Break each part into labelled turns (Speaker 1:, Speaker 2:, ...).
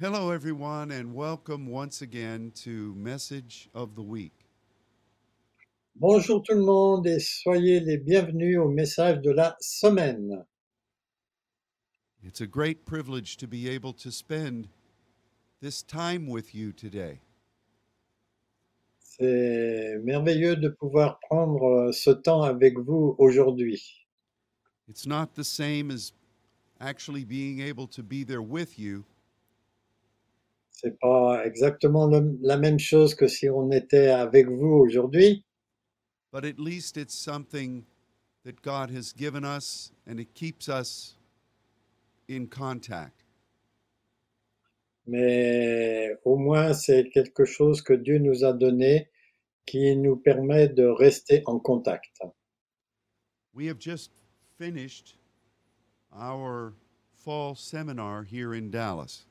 Speaker 1: Hello, everyone, and welcome once again to Message of the Week.
Speaker 2: Bonjour tout le monde et soyez les bienvenus au message de la semaine.
Speaker 1: It's a great privilege to be able to spend this time with you today.
Speaker 2: C'est merveilleux de pouvoir prendre euh, ce temps avec vous aujourd'hui.
Speaker 1: It's not the same as actually being able to be there with you,
Speaker 2: C'est pas exactement le- la même chose que si on était avec vous aujourd'hui,
Speaker 1: but at least it's something that God has given us and it keeps us in contact.
Speaker 2: mais au moins c'est quelque chose que Dieu nous a donné qui nous permet de rester en contact.
Speaker 1: We have just finished our fall seminar here in Dallas.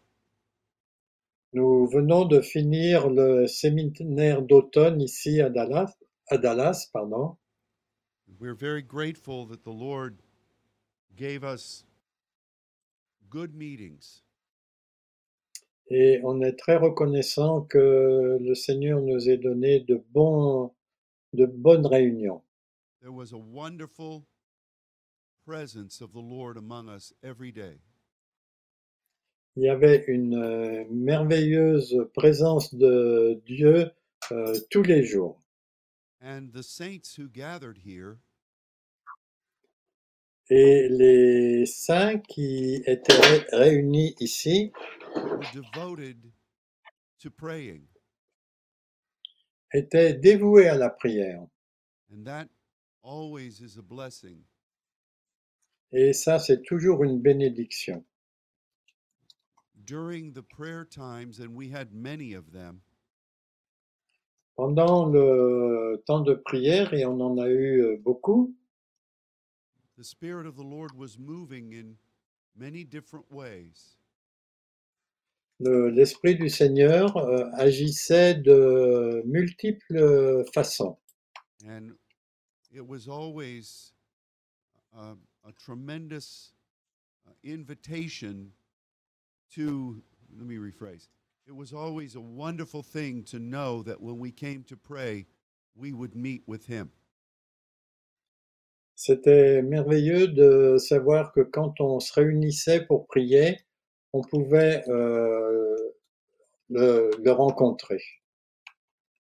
Speaker 2: Nous venons de finir le séminaire d'automne ici à Dallas, à Dallas, pardon.
Speaker 1: We're very grateful that the Lord gave us good meetings,
Speaker 2: Et on est très reconnaissant que le Seigneur nous ait donné de, bons, de bonnes réunions.
Speaker 1: There was a wonderful presence of the Lord among us every day.
Speaker 2: Il y avait une euh, merveilleuse présence de Dieu euh, tous les jours.
Speaker 1: And the saints who gathered here
Speaker 2: Et les saints qui étaient ré- réunis ici
Speaker 1: were devoted to praying.
Speaker 2: étaient dévoués à la prière.
Speaker 1: And that always is a blessing.
Speaker 2: Et ça, c'est toujours une bénédiction.
Speaker 1: During the prayer times, and we had many of them,
Speaker 2: Pendant le temps de prière, et on en a eu euh, beaucoup,
Speaker 1: the Spirit of the Lord was moving in many different ways.
Speaker 2: Le- L'Esprit du Seigneur euh, agissait de multiples façons
Speaker 1: And it was always a, a tremendous uh, invitation to, let me rephrase, it was always a wonderful thing to know that when we came to pray, we would meet with Him.
Speaker 2: C'était merveilleux de savoir que quand on se réunissait pour prier, on pouvait euh, le, le rencontrer.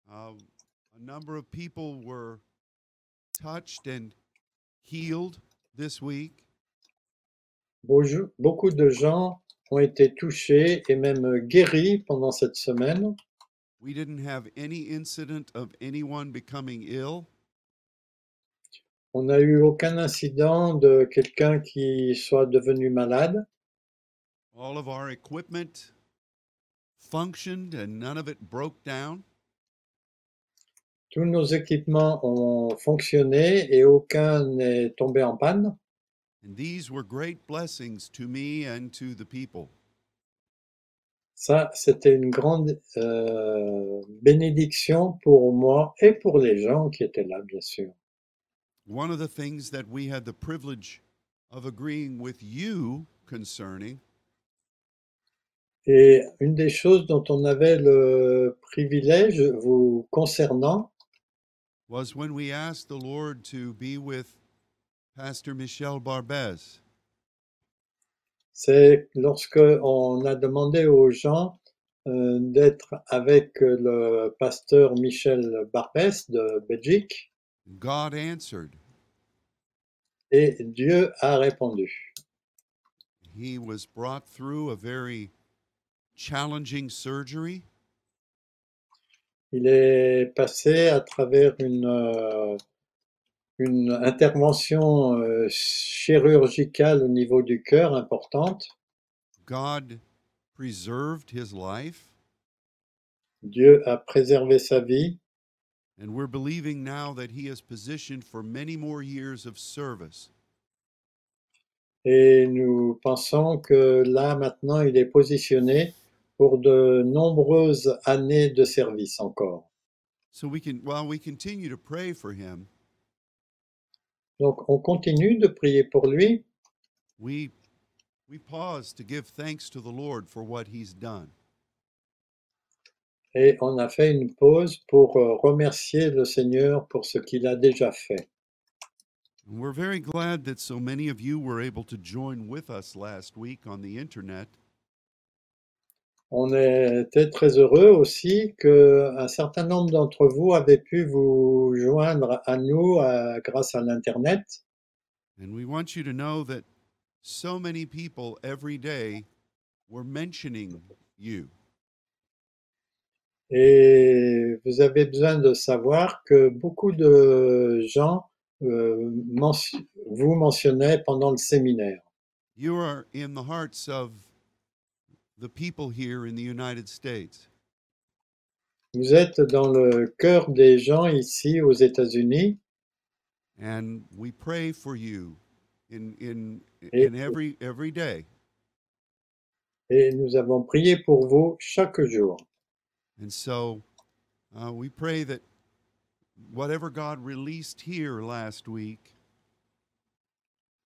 Speaker 1: Uh, a number of people were touched and healed this week.
Speaker 2: Beaujou- Beaucoup de gens ont été touchés et même guéris pendant cette semaine.
Speaker 1: We didn't have any incident of anyone becoming ill.
Speaker 2: On n'a eu aucun incident de quelqu'un qui soit devenu malade.
Speaker 1: All of our equipment functioned and none of it broke down.
Speaker 2: Tous nos équipements ont fonctionné et aucun n'est tombé en panne.
Speaker 1: And these were great blessings to me and to the people.
Speaker 2: Ça, c'était une grande euh, bénédiction pour moi et pour les gens qui étaient là, bien sûr.
Speaker 1: One of the things that we had the privilege of agreeing with you concerning
Speaker 2: Et une des choses dont on avait le privilège vous concernant,
Speaker 1: was when we asked the Lord to be with Pastor Michel Barbez.
Speaker 2: c'est lorsque on a demandé aux gens euh, d'être avec le pasteur Michel Barbès de Belgique
Speaker 1: God answered.
Speaker 2: et Dieu a répondu.
Speaker 1: He was brought through a very challenging surgery,
Speaker 2: Il est passé à travers une, euh, une intervention euh, chirurgicale au niveau du cœur importante.
Speaker 1: God preserved his life,
Speaker 2: Dieu a préservé sa vie
Speaker 1: and we're believing now that he is positioned for many more years of service.
Speaker 2: et nous pensons que là maintenant il est positionné pour de nombreuses années de service encore.
Speaker 1: So we can, while we continue to pray for him,
Speaker 2: Donc on continue de prier pour lui.
Speaker 1: we we pause to give thanks to the Lord for what he's done.
Speaker 2: Et on a fait une pause pour euh, remercier le Seigneur pour ce qu'il a déjà fait.
Speaker 1: And we're very glad that so many of you were able to join with us last week on the internet.
Speaker 2: On était très heureux aussi qu'un certain nombre d'entre vous avaient pu vous joindre à nous euh, grâce à l'Internet.
Speaker 1: And we want you to know that so many people every day were mentioning you.
Speaker 2: Et vous avez besoin de savoir que beaucoup de gens euh, mention- vous mentionnaient pendant le séminaire.
Speaker 1: You are in the hearts of the people here in the United States.
Speaker 2: Vous êtes dans le cœur des gens ici aux États-Unis
Speaker 1: And we pray for you in, in,
Speaker 2: Et-
Speaker 1: in every, every day.
Speaker 2: et nous avons prié pour vous chaque jour.
Speaker 1: And so uh, we pray that whatever God released here last week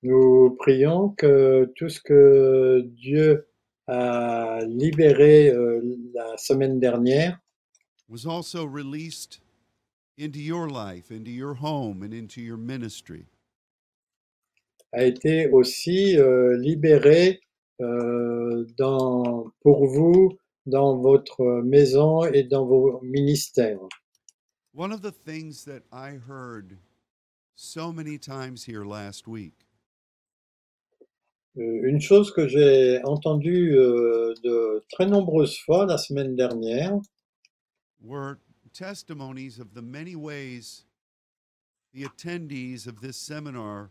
Speaker 2: Nous prions que tout ce que Dieu a libéré euh, la semaine dernière
Speaker 1: was also released into your life, into your home, and into your ministry.
Speaker 2: a été aussi euh, libéré euh, dans, pour vous dans votre maison et dans vos ministères.
Speaker 1: One of the things that I heard so many times here last week
Speaker 2: Euh, Une chose que j'ai entendue euh, de très nombreuses fois la semaine dernière,
Speaker 1: were testimonies of the many ways the attendees of this seminar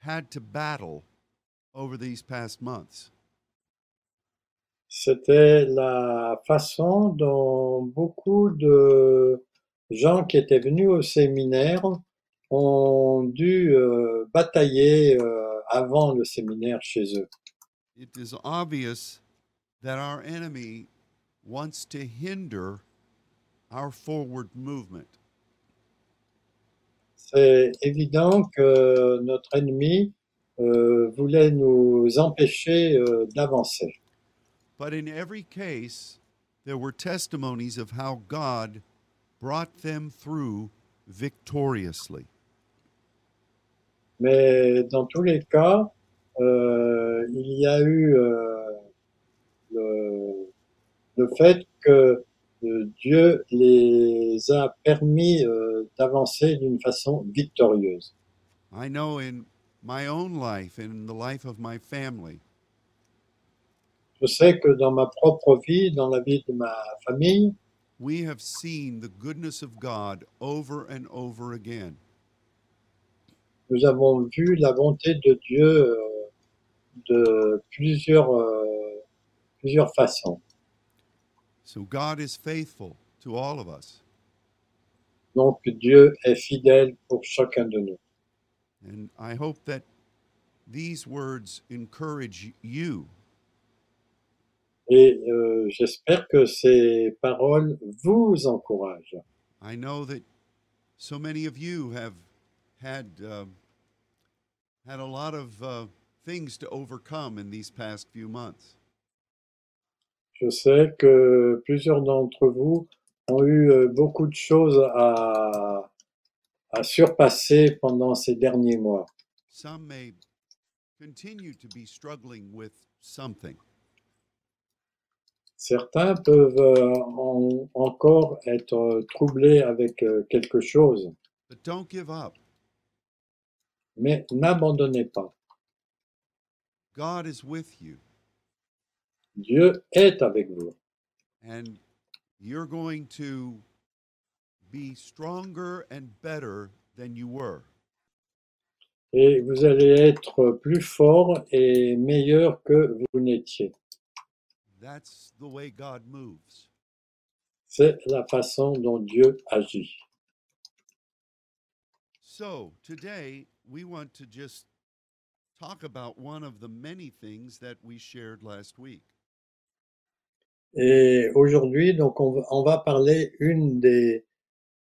Speaker 1: had to battle over these past months.
Speaker 2: c'était la façon dont beaucoup de gens qui étaient venus au séminaire ont dû euh, batailler euh, avant le séminaire chez eux.
Speaker 1: It is obvious that our enemy wants to hinder our forward movement.
Speaker 2: C'est évident que notre ennemi euh, voulait nous empêcher euh, d'avancer.
Speaker 1: But in every case, there were testimonies of how God brought them through victoriously.
Speaker 2: Mais dans tous les cas, euh, il y a eu euh, le, le fait que euh, Dieu les a permis euh, d'avancer d'une façon victorieuse.
Speaker 1: I know in my own life and in the life of my family,
Speaker 2: Je sais que dans ma propre vie, dans la vie de ma famille,
Speaker 1: we have seen the goodness of God over and over again.
Speaker 2: nous avons vu la bonté de Dieu euh, de plusieurs, euh, plusieurs façons.
Speaker 1: So God is faithful to all of us.
Speaker 2: Donc Dieu est fidèle pour chacun de nous.
Speaker 1: And I hope that these words encourage you
Speaker 2: Et euh, j'espère que ces paroles vous encouragent.
Speaker 1: I know that so many of you have had um had a lot of uh, things to overcome in these past few months.
Speaker 2: Je sais que plusieurs d'entre vous ont eu euh, beaucoup de choses à, à surpasser pendant ces derniers mois.
Speaker 1: Some may continue to be struggling with something,
Speaker 2: Certains peuvent euh, en- encore être euh, troublés avec euh, quelque chose,
Speaker 1: but don't give up.
Speaker 2: mais n'abandonnez pas.
Speaker 1: God is with you,
Speaker 2: Dieu est avec vous.
Speaker 1: and you're going to be stronger and better than you were.
Speaker 2: et vous allez être plus fort et meilleur que vous n'étiez.
Speaker 1: That's the way God moves.
Speaker 2: C'est la façon dont Dieu agit.
Speaker 1: So, today we want to just talk about one of the many things that we shared last week.
Speaker 2: Et aujourd'hui, donc, on, va- on va parler une des,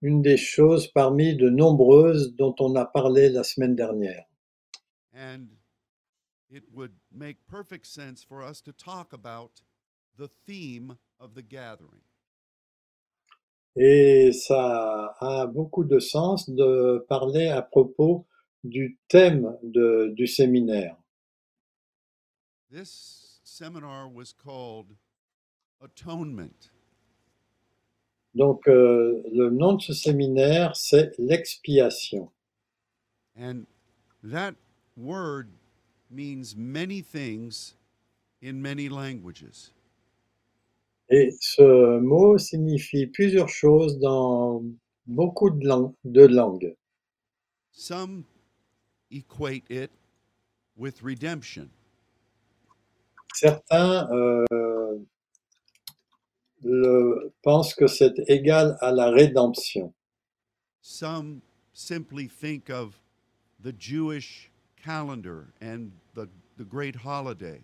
Speaker 2: une des choses parmi de nombreuses dont on a parlé la semaine dernière.
Speaker 1: And it would make perfect sense for us to talk about the theme of the gathering.
Speaker 2: Et ça a beaucoup de sens de parler à propos du thème de- du séminaire.
Speaker 1: This seminar was called Atonement.
Speaker 2: Donc, euh, le nom de ce séminaire, c'est l'expiation.
Speaker 1: And that word means many things in many languages.
Speaker 2: Et ce mot signifie plusieurs choses dans beaucoup de, lang- de langues.
Speaker 1: Some equate it with redemption,
Speaker 2: Certains euh, le- pensent que c'est égal à la rédemption.
Speaker 1: some simply think of the Jewish calendar and the, the great holiday.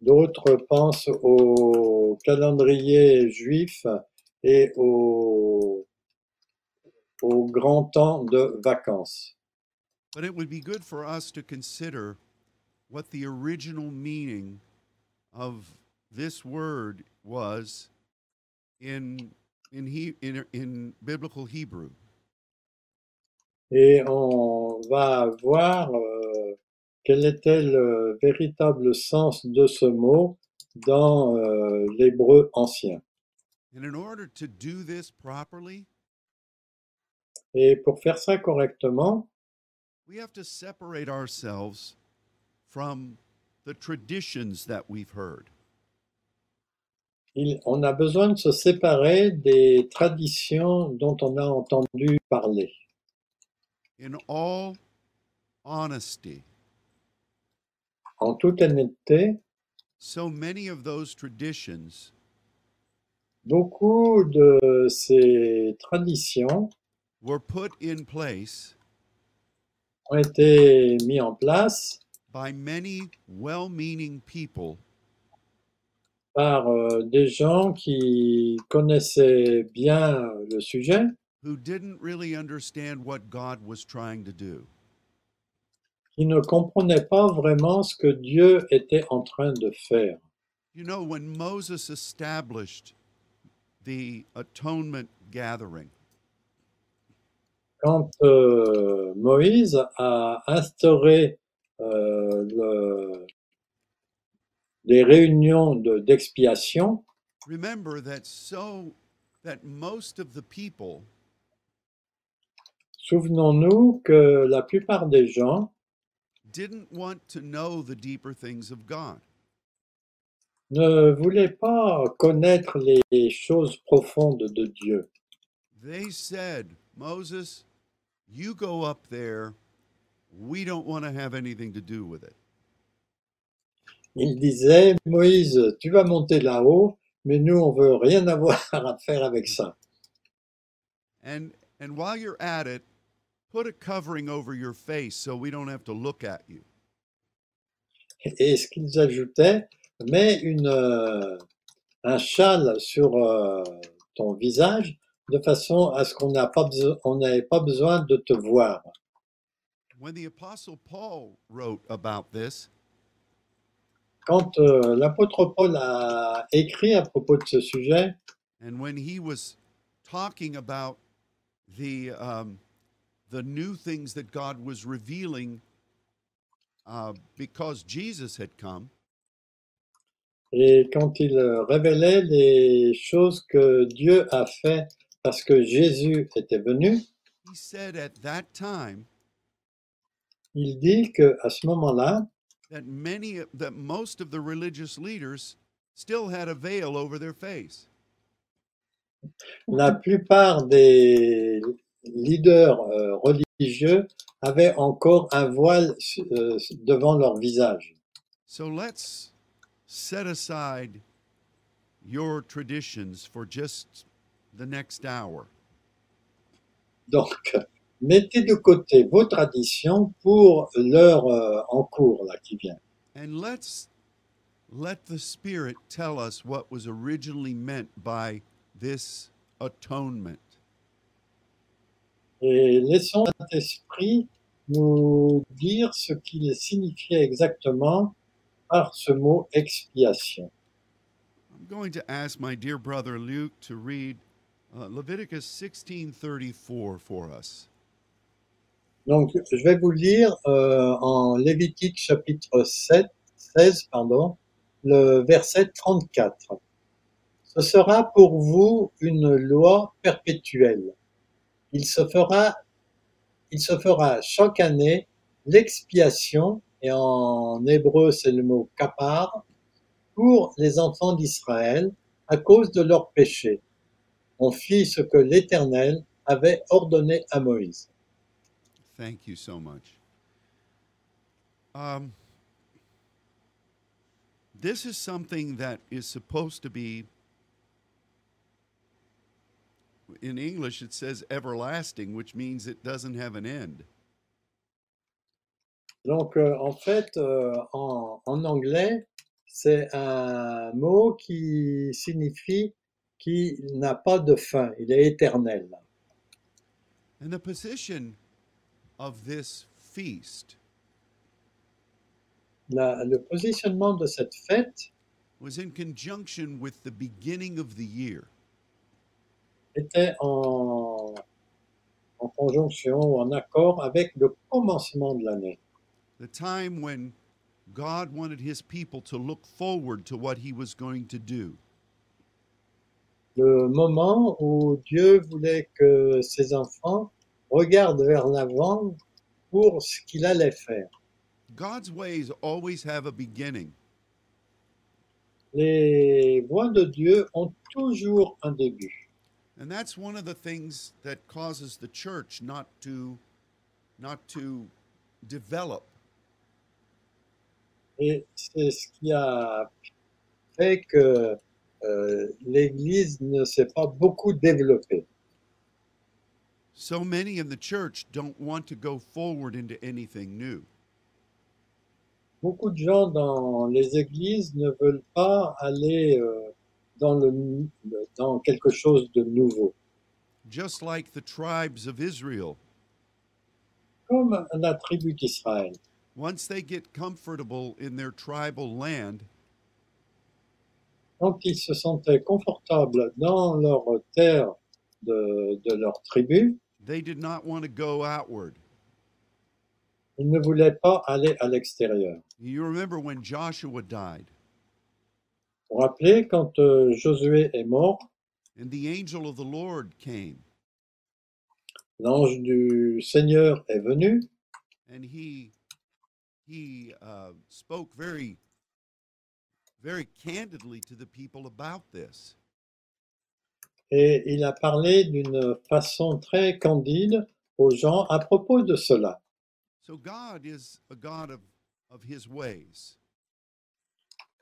Speaker 2: D'autres pensent au calendrier juif et au, au grand temps de vacances.
Speaker 1: But it would be good for us to consider what the original meaning of this word was in in he, in, in biblical Hebrew.
Speaker 2: Et on va voir euh, quel était le véritable sens de ce mot dans euh, l'hébreu ancien.
Speaker 1: And in order to do this properly,
Speaker 2: Et pour faire ça correctement,
Speaker 1: we have to separate ourselves from the traditions that we've heard.
Speaker 2: il- on a besoin de se séparer des traditions dont on a entendu parler.
Speaker 1: In all honesty,
Speaker 2: En toute honnêteté,
Speaker 1: so many of those traditions
Speaker 2: Beaucoup de ces traditions
Speaker 1: were put in place
Speaker 2: ont été mises en place
Speaker 1: by many well-meaning people
Speaker 2: par euh, des gens qui connaissaient bien le sujet,
Speaker 1: who didn't really understand what God was trying to do.
Speaker 2: qui ne comprenaient pas vraiment ce que Dieu était en train de faire.
Speaker 1: You know, when Moses established the atonement gathering,
Speaker 2: Quand euh, Moïse a instauré euh, le- des réunions de- d'expiation,
Speaker 1: remember that so that most of the people
Speaker 2: souvenons-nous que la plupart des gens
Speaker 1: didn't want to know the deeper things of God.
Speaker 2: ne voulaient pas connaître les choses profondes de Dieu.
Speaker 1: They said, Moses, you go up there. We don't want to have anything to do with it.
Speaker 2: Ils disaient, Moïse, tu vas monter là-haut, mais nous, on veut rien avoir à faire avec ça.
Speaker 1: And and while you're at it, put a covering over your face so we don't have to look at you.
Speaker 2: Et ce qu'ils ajoutaient, mets une, euh, un châle sur euh, ton visage de façon à ce qu'on n'a pas beso- on n'avait pas besoin de te voir.
Speaker 1: When the apostle Paul wrote about this,
Speaker 2: Quand euh, l'apôtre Paul a écrit à propos de ce sujet,
Speaker 1: And when he was talking about the um, the new things that God was revealing uh, because Jesus had come,
Speaker 2: Et quand il euh, révélait les choses que Dieu a fait parce que Jésus était venu,
Speaker 1: he said at that time
Speaker 2: il dit que à ce moment-là,
Speaker 1: that many that most of the religious leaders still had a veil over their face.
Speaker 2: la plupart des leaders euh, religieux avaient encore un voile su- euh, devant leur visage.
Speaker 1: So let's set aside your traditions for just the next hour
Speaker 2: Donc, mettez de côté vos traditions pour l'heure euh, en cours là qui vient.
Speaker 1: and let's let the Spirit tell us what was originally meant by this atonement.
Speaker 2: Et laissons Saint-Esprit nous dire ce qu'il signifiait exactement par ce mot expiation.
Speaker 1: I'm going to ask my dear brother Luke to read uh, Leviticus 16:34 for us.
Speaker 2: Donc, je vais vous lire euh, en Lévitique chapitre 7, 16, pardon, le verset 34. Ce sera pour vous une loi perpétuelle. Il se fera, il se fera chaque année l'expiation, et en hébreu c'est le mot kapar, pour les enfants d'Israël à cause de leurs péchés. On fit ce que l'Éternel avait ordonné à Moïse.
Speaker 1: Thank you so much. Um, this is something that is supposed to be, in English, it says everlasting, which means it doesn't have an end.
Speaker 2: Donc, euh, en fait, euh, en, en anglais, c'est un mot qui signifie qui n'a pas de fin, il est éternel.
Speaker 1: And the position of this feast
Speaker 2: La- le positionnement de cette fête
Speaker 1: was in conjunction with the beginning of the year.
Speaker 2: était en, en conjonction ou en accord avec le commencement de l'année.
Speaker 1: the time when God wanted his people to look forward to what he was going to do.
Speaker 2: le moment où Dieu voulait que ses enfants regardent vers l'avant pour ce qu'il allait faire.
Speaker 1: God's ways always have a beginning,
Speaker 2: Les voies de Dieu ont toujours un début.
Speaker 1: and that's one of the things that causes the church not to not to develop.
Speaker 2: Et c'est ce qui a fait que euh, l'Église ne s'est pas beaucoup développée.
Speaker 1: So many in the church don't want to go forward into anything new.
Speaker 2: Beaucoup de gens dans les églises ne veulent pas aller euh, dans, le, le- dans quelque chose de nouveau.
Speaker 1: Just like the tribes of Israel,
Speaker 2: Comme la tribu d'Israël.
Speaker 1: once they get comfortable in their tribal land,
Speaker 2: quand ils se sentaient confortables dans leur terre de, de leur tribu,
Speaker 1: they did not want to go outward.
Speaker 2: ils ne voulaient pas aller à l'extérieur.
Speaker 1: You remember when Joshua died?
Speaker 2: Vous vous rappelez, quand euh, Josué est mort,
Speaker 1: And the angel of the Lord came,
Speaker 2: l'ange du Seigneur est venu
Speaker 1: and he he uh, spoke very very candidly to the people about this.
Speaker 2: et il a parlé d'une façon très candide aux gens à propos de cela.
Speaker 1: So God is a God of of His ways,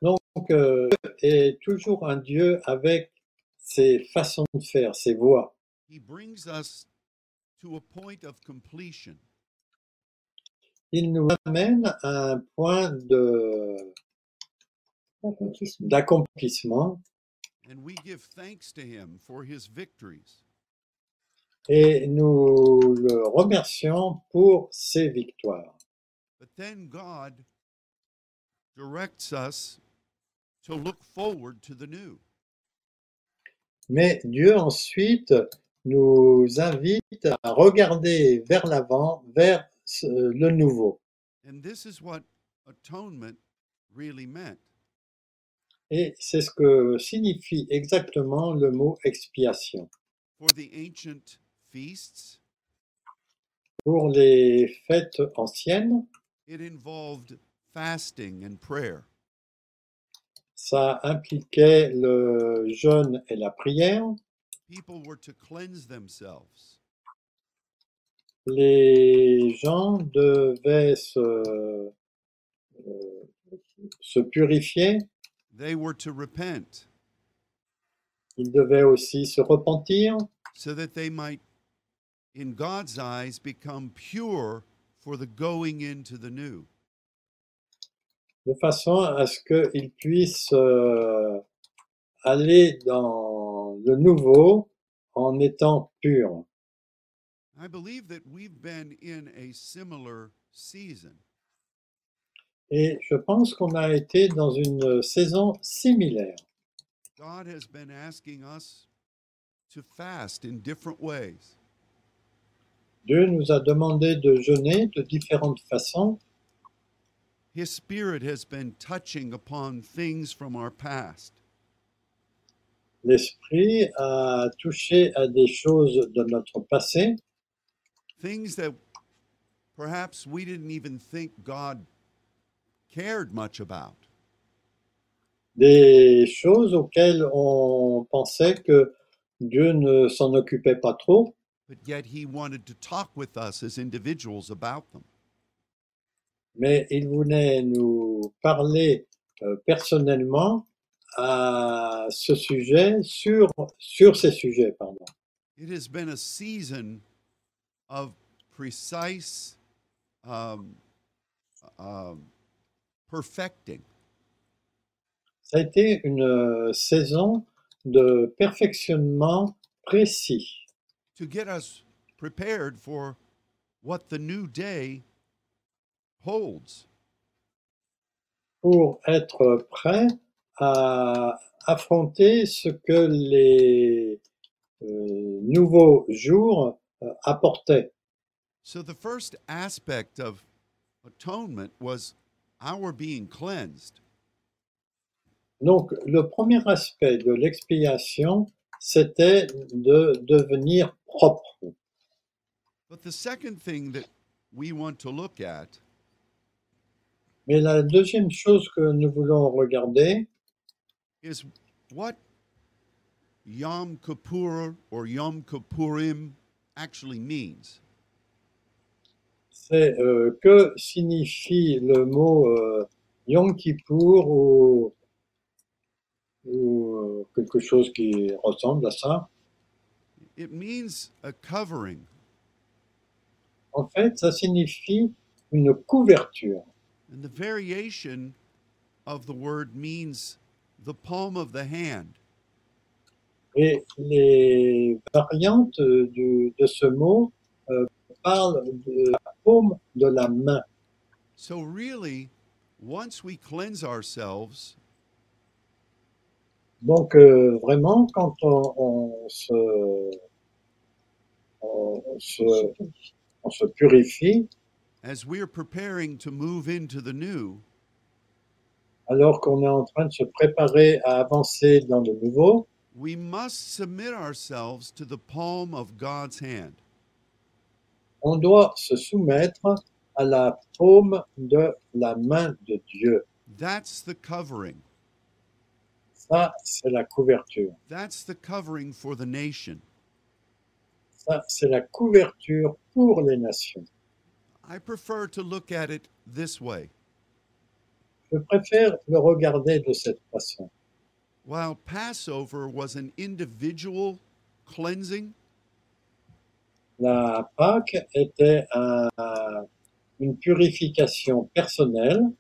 Speaker 2: Donc, euh, est toujours un Dieu avec ses façons de faire, ses voies.
Speaker 1: He brings us to a point of completion.
Speaker 2: Il nous amène à un point de- d'accomplissement
Speaker 1: And we give thanks to him for his victories.
Speaker 2: et nous le remercions pour ses victoires.
Speaker 1: But then God directs us to look forward to the new.
Speaker 2: Mais Dieu ensuite nous invite à regarder vers l'avant, vers ce- le nouveau.
Speaker 1: And this is what atonement really meant.
Speaker 2: Et c'est ce que signifie exactement le mot expiation.
Speaker 1: for the ancient feasts,
Speaker 2: Pour les fêtes anciennes,
Speaker 1: it involved fasting and prayer.
Speaker 2: ça impliquait le jeûne et la prière.
Speaker 1: People were to cleanse themselves.
Speaker 2: Les gens devaient se, euh, se purifier
Speaker 1: They were to repent
Speaker 2: Ils devaient aussi se repentir
Speaker 1: so that they might, in God's eyes, become pure for the going into the new.
Speaker 2: de façon à ce qu'ils puissent euh, aller dans le nouveau en étant purs.
Speaker 1: I believe that we've been in a similar season.
Speaker 2: Et je pense qu'on a été dans une euh, saison similaire.
Speaker 1: God has been asking us to fast in different ways.
Speaker 2: Dieu nous a demandé de jeûner de différentes façons.
Speaker 1: His Spirit has been touching upon things from our past.
Speaker 2: L'esprit a touché à des choses de notre passé,
Speaker 1: things that perhaps we didn't even think God cared much about.
Speaker 2: des choses auxquelles on pensait que Dieu ne s'en occupait pas trop,
Speaker 1: But yet he wanted to talk with us as individuals about them.
Speaker 2: mais il voulait nous parler euh, personnellement à ce sujet, sur, sur ces sujets, pardon.
Speaker 1: It has been a season of precise um, um, perfecting.
Speaker 2: Ça a été une euh, saison de perfectionnement précis
Speaker 1: to get us prepared for what the new day holds.
Speaker 2: pour être prêt à affronter ce que les euh, nouveaux jours euh, apportaient.
Speaker 1: So, the first aspect of atonement was our being cleansed.
Speaker 2: Donc, le premier aspect de l'expiation, c'était de devenir propre.
Speaker 1: But the second thing that we want to look at
Speaker 2: Mais la deuxième chose que nous voulons regarder,
Speaker 1: is what Yom Kippur or Yom Kippurim actually means.
Speaker 2: c'est euh, que signifie le mot euh, Yom Kippour ou, ou, euh, quelque chose qui ressemble à ça.
Speaker 1: It means a covering,
Speaker 2: En fait, ça signifie une couverture.
Speaker 1: and the variation of the word means the palm of the hand.
Speaker 2: Et les variantes euh, du- de ce mot euh, parlent de la paume de la main.
Speaker 1: So, really, once we cleanse ourselves,
Speaker 2: Donc euh, vraiment, quand on, on se, on, se, on se purifie,
Speaker 1: as we're preparing to move into the new,
Speaker 2: alors qu'on est en train de se préparer à avancer dans le nouveau,
Speaker 1: we must submit ourselves to the palm of God's hand.
Speaker 2: on doit se soumettre à la paume de la main de Dieu.
Speaker 1: That's the covering.
Speaker 2: Ça, c'est la couverture.
Speaker 1: That's the covering for the nation.
Speaker 2: Ça, c'est la couverture pour les nations.
Speaker 1: I prefer to look at it this way.
Speaker 2: Je préfère le regarder de cette façon.
Speaker 1: While Passover was an individual cleansing,
Speaker 2: La Pâque était un- une purification personnelle.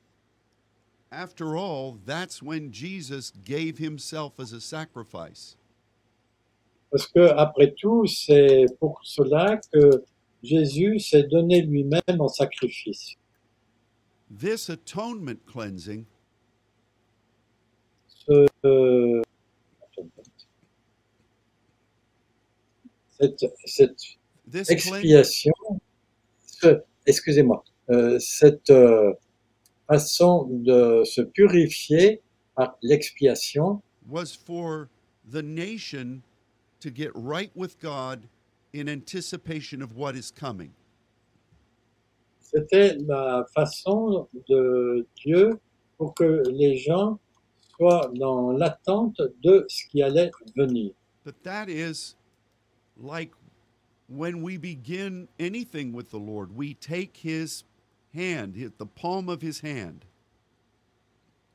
Speaker 1: after all, that's when Jesus gave himself as a sacrifice.
Speaker 2: Parce que, après tout, c'est pour cela que Jésus s'est donné lui-même en sacrifice.
Speaker 1: This atonement cleansing
Speaker 2: Ce- euh, cette, cette
Speaker 1: This clean-
Speaker 2: expiation, ce- excusez-moi, euh, cette euh, façon de se purifier par l'expiation,
Speaker 1: was for the nation to get right with God in anticipation of what is coming.
Speaker 2: c'était la façon de Dieu pour que les gens soient dans l'attente de ce qui allait venir.
Speaker 1: But that is like when we begin anything with the Lord, we take his hand, hit the palm of his hand.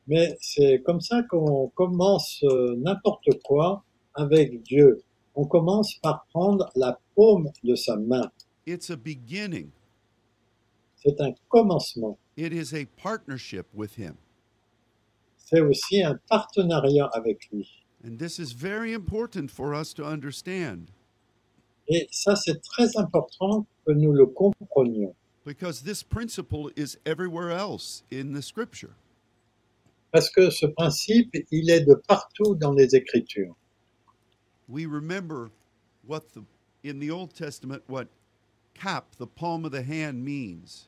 Speaker 2: Mais c'est comme ça qu'on commence euh, n'importe quoi avec Dieu. On commence par prendre la paume de sa main.
Speaker 1: It's a beginning.
Speaker 2: C'est un commencement.
Speaker 1: It is a partnership with him.
Speaker 2: C'est aussi un partenariat avec lui.
Speaker 1: And this is very important for us to understand.
Speaker 2: Et ça, c'est très important que nous le comprenions,
Speaker 1: because this principle is everywhere else in the scripture.
Speaker 2: parce que ce principe, il est de partout dans les Écritures.
Speaker 1: We remember what the, in the Old Testament what cap, the palm of the hand means.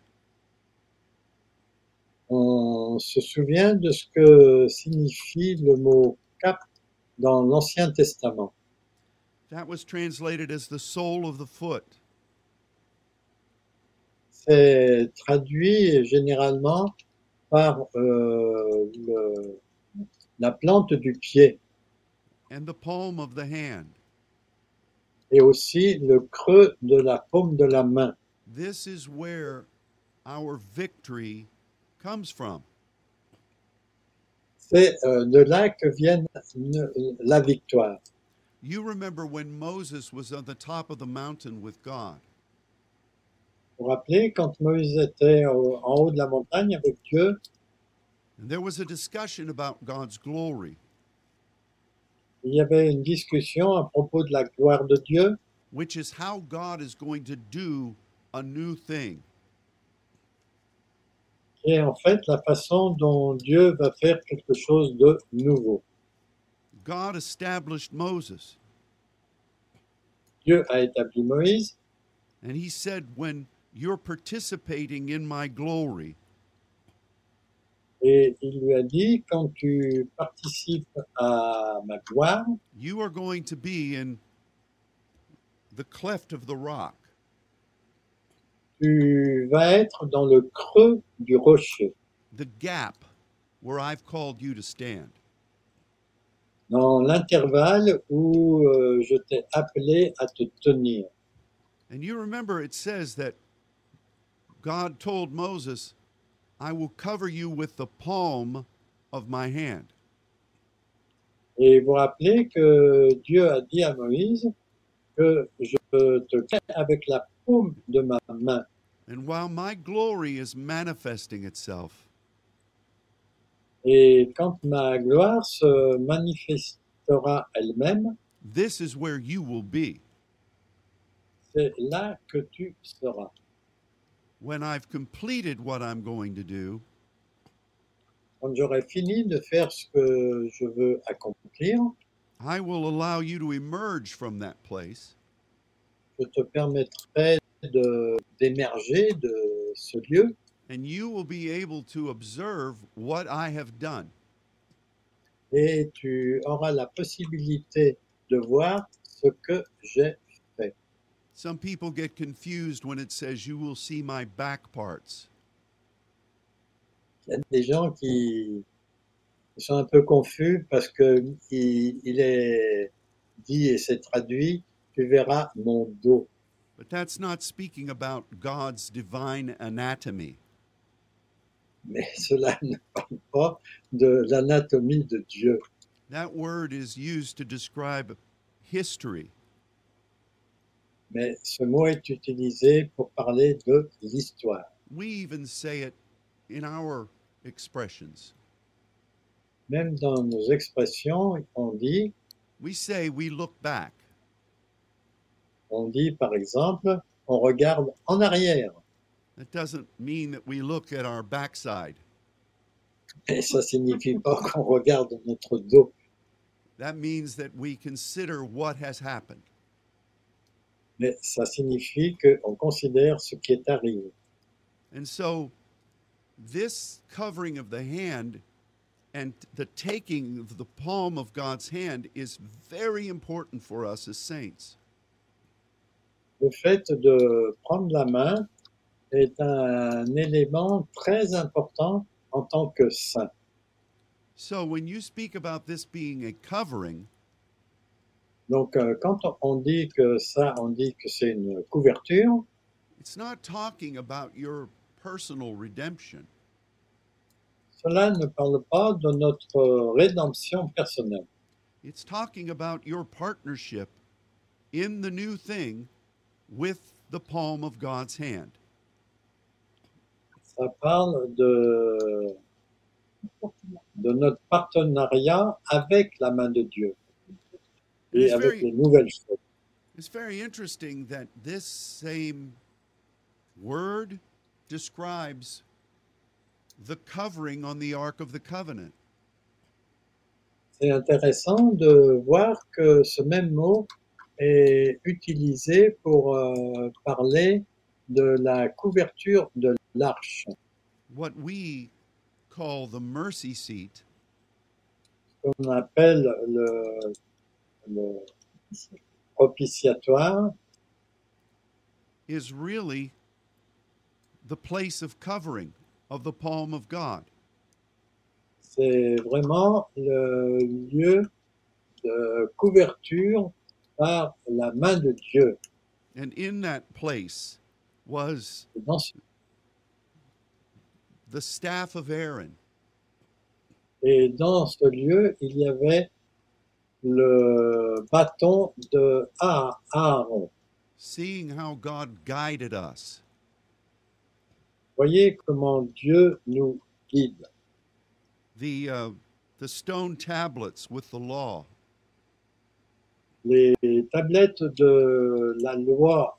Speaker 2: On se souvient de ce que signifie le mot cap dans l'Ancien Testament.
Speaker 1: That was translated as the sole of the foot.
Speaker 2: C'est traduit généralement par euh, le- la plante du pied
Speaker 1: and the palm of the hand.
Speaker 2: et aussi le creux de la paume de la main.
Speaker 1: This is where our victory comes from.
Speaker 2: C'est euh, de là que viennent ne- la victoire.
Speaker 1: You remember when Moses was on the top of the mountain with God.
Speaker 2: Vous vous rappelez quand Moïse était au- en haut de la montagne avec Dieu,
Speaker 1: And there was a discussion about God's glory,
Speaker 2: il y avait une discussion à propos de la gloire de Dieu,
Speaker 1: which is how God is going to do a new thing.
Speaker 2: qui est en fait la façon dont Dieu va faire quelque chose de nouveau.
Speaker 1: God established Moses,
Speaker 2: Dieu a établi Moïse
Speaker 1: and he said, When you're participating in my glory,
Speaker 2: et il lui a dit, quand tu participes à ma gloire,
Speaker 1: you are going to be in the cleft of the rock.
Speaker 2: tu vas être dans le creux du rocher,
Speaker 1: the gap where I've called you to stand.
Speaker 2: dans l'intervalle où euh, je t'ai appelé à te tenir.
Speaker 1: And you remember it says that God told Moses, I will cover you with the palm of my hand.
Speaker 2: Et vous rappelez que Dieu a dit à Moïse que je te tiens avec la paume de ma main.
Speaker 1: And while my glory is manifesting itself,
Speaker 2: Et quand ma gloire se manifestera elle-même,
Speaker 1: this is where you will be
Speaker 2: c'est là que tu seras.
Speaker 1: when I've completed what I'm going to do,
Speaker 2: Quand j'aurai fini de faire ce que je veux accomplir,
Speaker 1: I will allow you to emerge from that place
Speaker 2: je te permettrai de- d'émerger de ce lieu
Speaker 1: and you will be able to observe what I have done.
Speaker 2: et tu auras la possibilité de voir ce que j'ai.
Speaker 1: Some people get confused when it says, You will see my back parts.
Speaker 2: Il y a des gens qui sont un peu confus parce que il, il est dit et c'est traduit, tu verras mon dos.
Speaker 1: But that's not speaking about God's divine anatomy.
Speaker 2: Mais cela ne parle pas de l'anatomie de Dieu.
Speaker 1: That word is used to describe history.
Speaker 2: Mais ce mot est utilisé pour parler de l'histoire.
Speaker 1: We even say it in our expressions.
Speaker 2: Même dans nos expressions, on dit,
Speaker 1: We say we look back.
Speaker 2: on dit par exemple, on regarde en arrière.
Speaker 1: That doesn't mean that we look at our backside.
Speaker 2: Et ça signifie pas qu'on regarde notre dos.
Speaker 1: That means that we consider what has happened.
Speaker 2: mais ça signifie qu'on considère ce qui est arrivé.
Speaker 1: And so, this covering of the hand and the taking of the palm of God's hand is very important for us as saints.
Speaker 2: Le fait de prendre la main est un élément très important en tant que saint.
Speaker 1: So when you speak about this being a covering,
Speaker 2: Donc euh, quand on dit que ça, on dit que c'est une couverture,
Speaker 1: it's not talking about your personal redemption.
Speaker 2: cela ne parle pas de notre rédemption personnelle.
Speaker 1: It's talking about your partnership in the new thing with the palm of God's hand.
Speaker 2: Ça parle de, de notre partenariat avec la main de Dieu
Speaker 1: And
Speaker 2: et
Speaker 1: it's
Speaker 2: avec
Speaker 1: very
Speaker 2: les nouvelles choses.
Speaker 1: It's very interesting that this same word describes the covering on the Ark of the Covenant.
Speaker 2: C'est intéressant de voir que ce même mot est utilisé pour euh, parler de la couverture de l'arche.
Speaker 1: What we call the mercy seat
Speaker 2: qu'on appelle le, le propitiatoire
Speaker 1: is really the place of covering of the palm of God.
Speaker 2: c'est vraiment le lieu de couverture par la main de Dieu.
Speaker 1: And in that place was
Speaker 2: Et dans ce-
Speaker 1: the staff of Aaron,
Speaker 2: et dans ce lieu, il y avait le bâton de Aa- Aaron.
Speaker 1: seeing how God guided us.
Speaker 2: Voyez comment Dieu nous guide.
Speaker 1: The, uh, the stone tablets with the law,
Speaker 2: Les tablettes de la loi,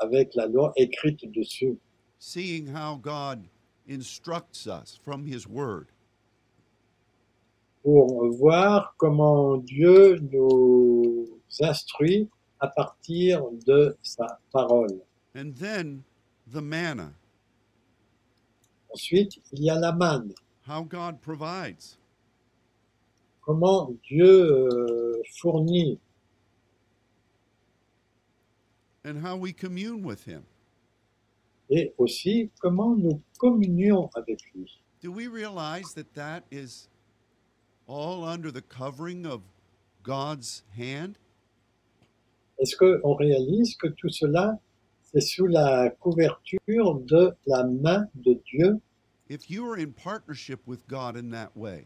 Speaker 2: avec la loi écrite dessus.
Speaker 1: seeing how God instructs us from His Word.
Speaker 2: pour voir comment Dieu nous instruit à partir de sa parole.
Speaker 1: And then the manna,
Speaker 2: Ensuite, il y a la manne,
Speaker 1: how God provides.
Speaker 2: comment Dieu euh, fournit
Speaker 1: and how we commune with him.
Speaker 2: et aussi comment nous communions avec lui.
Speaker 1: Do we realize that that is all under the covering of God's hand?
Speaker 2: Est-ce qu'on réalise que tout cela, c'est sous la couverture de la main de Dieu
Speaker 1: If you are in partnership with God in that way,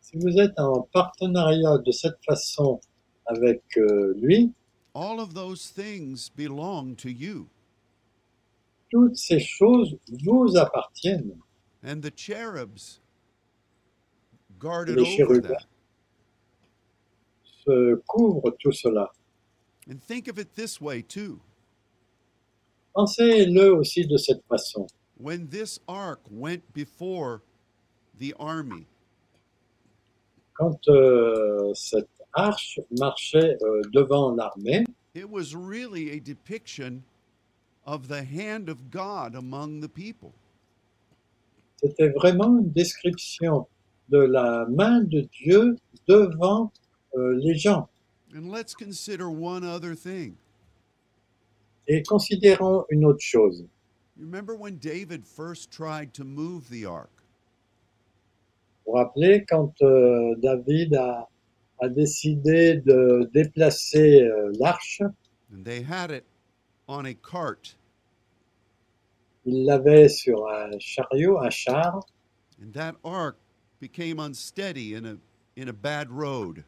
Speaker 2: Si vous êtes en partenariat de cette façon avec euh, lui,
Speaker 1: all of those things belong to you.
Speaker 2: toutes ces choses vous appartiennent.
Speaker 1: And the cherubs guarded
Speaker 2: Les
Speaker 1: over
Speaker 2: chérubins.
Speaker 1: that.
Speaker 2: se couvre tout cela.
Speaker 1: And think of it this way too.
Speaker 2: Pensez-le aussi de cette façon.
Speaker 1: When this ark went before the army,
Speaker 2: Quand euh, cette arche marchait euh, devant l'armée,
Speaker 1: it was really a depiction of the hand of God among the people.
Speaker 2: c'était vraiment une description de la main de Dieu devant euh, les gens.
Speaker 1: And let's consider one other thing.
Speaker 2: Et considérons une autre chose.
Speaker 1: You remember when David first tried to move the ark?
Speaker 2: Vous vous rappelez quand euh, David a, a décidé de déplacer euh, l'arche,
Speaker 1: And they had it on a cart,
Speaker 2: il l'avait sur un chariot, un char,
Speaker 1: and that ark became unsteady in a in a bad road.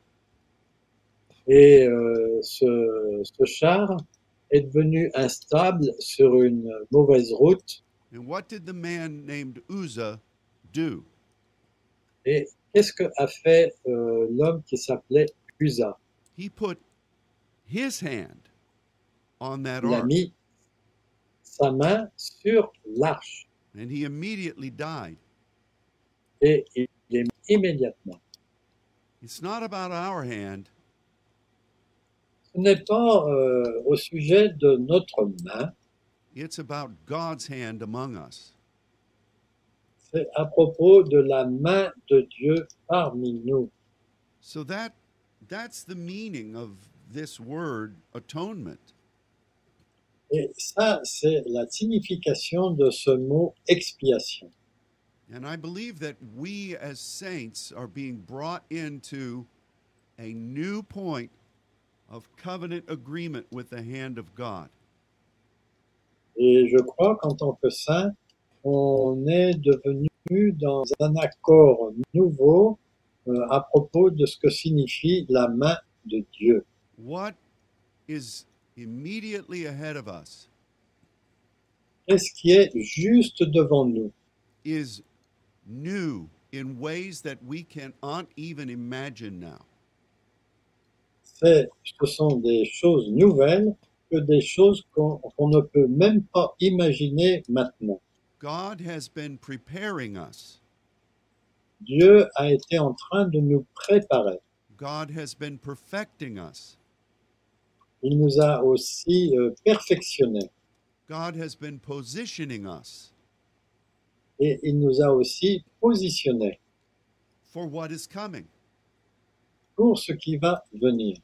Speaker 2: Et euh, ce, ce char est devenu instable sur une mauvaise route.
Speaker 1: And what did the man named Uzzah do?
Speaker 2: Et qu'est-ce que a fait euh, l'homme qui s'appelait Usa
Speaker 1: He put his hand on that
Speaker 2: Il a
Speaker 1: ark,
Speaker 2: mis sa main sur l'arche
Speaker 1: and he immediately died.
Speaker 2: et il est immédiatement.
Speaker 1: It's not about our hand,
Speaker 2: Ce n'est pas euh, au sujet de notre main,
Speaker 1: it's about God's hand among us.
Speaker 2: c'est à propos de la main de Dieu parmi nous.
Speaker 1: So that that's the meaning of this word atonement.
Speaker 2: Et ça, c'est la signification de ce mot expiation.
Speaker 1: And I believe that we as saints are being brought into a new point of covenant agreement with the hand of God.
Speaker 2: Et je crois qu'en tant que saint, on est devenu dans un accord nouveau euh, à propos de ce que signifie la main de Dieu.
Speaker 1: What is immediately ahead of us
Speaker 2: Qu'est-ce qui est juste devant nous
Speaker 1: is new in ways that we cannot even imagine now.
Speaker 2: c'est, ce sont des choses nouvelles que des choses qu'on qu'on ne peut même pas imaginer maintenant.
Speaker 1: God has been preparing us.
Speaker 2: Dieu a été en train de nous préparer.
Speaker 1: God has been perfecting us.
Speaker 2: Il nous a aussi euh, perfectionnés
Speaker 1: God has been positioning us
Speaker 2: et il nous a aussi positionnés
Speaker 1: for what is coming.
Speaker 2: pour ce qui va venir.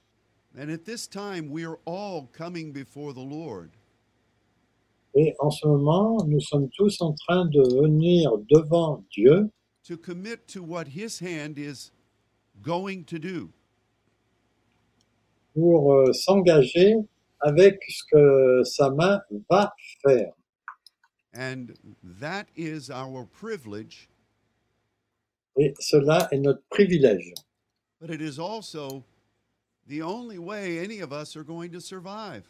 Speaker 1: And at this time, we are all coming before the Lord.
Speaker 2: Et en ce moment, nous sommes tous en train de venir devant Dieu
Speaker 1: to commit to what his hand is going to do.
Speaker 2: pour euh, s'engager avec ce que sa main va faire.
Speaker 1: And that is our privilege,
Speaker 2: Et cela est notre privilège.
Speaker 1: but it is also the only way any of us are going to survive.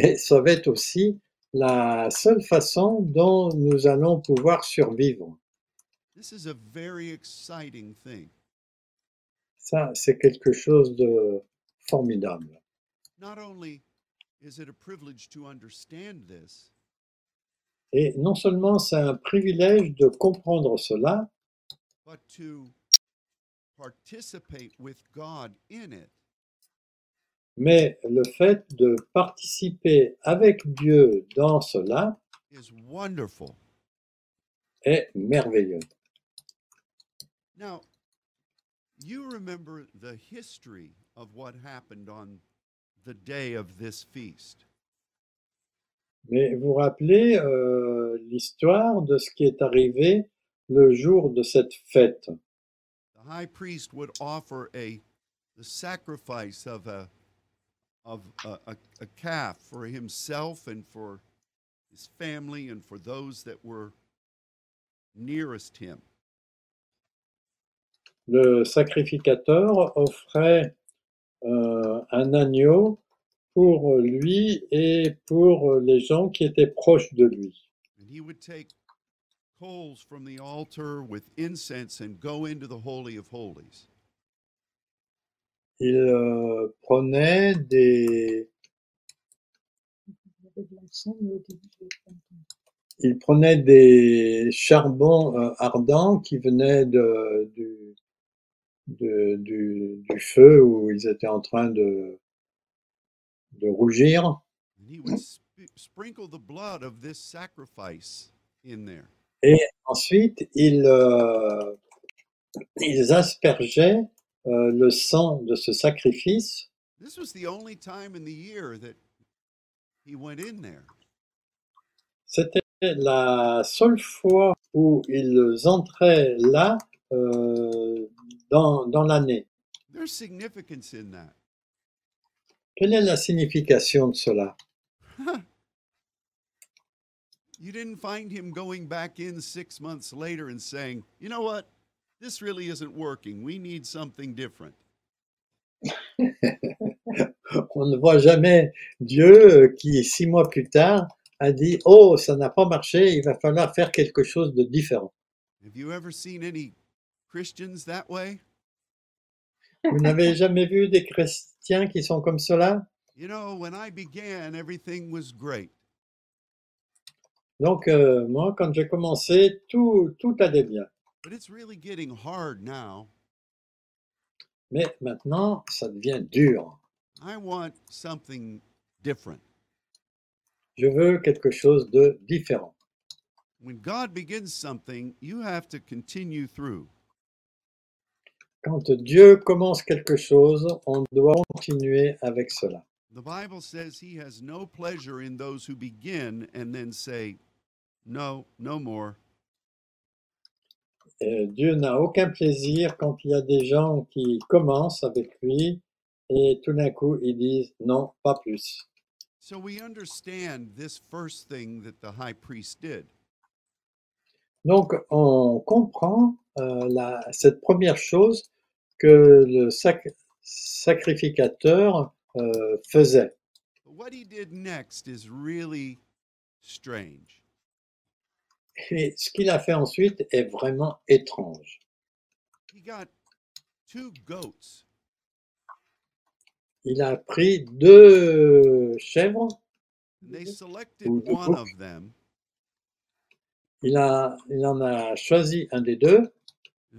Speaker 2: Et ça va être aussi la seule façon dont nous allons pouvoir survivre.
Speaker 1: This is a very exciting thing.
Speaker 2: Ça, c'est quelque chose de formidable.
Speaker 1: Not only is it a privilege to understand this,
Speaker 2: Et non seulement c'est un privilège de comprendre cela,
Speaker 1: but to participate with God in it.
Speaker 2: mais le fait de participer avec Dieu dans cela
Speaker 1: is wonderful.
Speaker 2: est merveilleux.
Speaker 1: Now, you remember the history of what happened on the day of this feast.
Speaker 2: Mais vous rappelez euh, l'histoire de ce qui est arrivé le jour de cette fête.
Speaker 1: The high priest would offer a the sacrifice of a of a, a, a calf for himself and for his family and for those that were nearest him.
Speaker 2: Le sacrificateur offrait euh, un agneau pour lui et pour les gens qui étaient proches de lui.
Speaker 1: And he would take coals from the altar with incense and go into the holy of holies.
Speaker 2: Il euh, prenait des, il prenait des charbons euh, ardents qui venaient de, du, de- du, du feu où ils étaient en train de, de rougir
Speaker 1: And he would sp- sprinkle the blood of this sacrifice in there.
Speaker 2: Ensuite, ils, euh, ils aspergeaient euh, le sang de ce sacrifice.
Speaker 1: This was the only time in the year that he went in there.
Speaker 2: C'était la seule fois où ils entraient là euh, dans, dans l'année.
Speaker 1: There's significance in that.
Speaker 2: Quelle est la signification de cela
Speaker 1: You didn't find him going back in six months later and saying, you know what? This really isn't working. We need something different.
Speaker 2: On ne voit jamais Dieu euh, qui, six mois plus tard, a dit ⁇ Oh, ça n'a pas marché, il va falloir faire quelque chose de différent
Speaker 1: Have you ever seen any Christians that way?
Speaker 2: ⁇ Vous n'avez jamais vu des chrétiens qui sont comme cela
Speaker 1: You know, when I began, everything was great.
Speaker 2: Donc, euh, moi, quand j'ai commencé, tout, tout allait bien.
Speaker 1: But it's really getting hard now.
Speaker 2: Mais maintenant, ça devient dur.
Speaker 1: I want something different.
Speaker 2: Je veux quelque chose de différent.
Speaker 1: When God begins something, you have to continue through.
Speaker 2: Quand Dieu commence quelque chose, on doit continuer avec cela.
Speaker 1: The Bible says he has no pleasure in those who begin and then say, No, no more.
Speaker 2: Euh, Dieu n'a aucun plaisir quand il y a des gens qui commencent avec lui et tout d'un coup ils disent non, pas plus.
Speaker 1: So we understand this first thing that the high priest did.
Speaker 2: Donc on comprend euh, la- cette première chose que le sac- sacrificateur euh, faisait.
Speaker 1: But what he did next is really strange.
Speaker 2: Et ce qu'il a fait ensuite est vraiment étrange.
Speaker 1: He got two goats
Speaker 2: il a pris deux chèvres,
Speaker 1: And they
Speaker 2: Mhm.
Speaker 1: selected
Speaker 2: Mhm.
Speaker 1: one of them.
Speaker 2: il, a, il en a choisi un des deux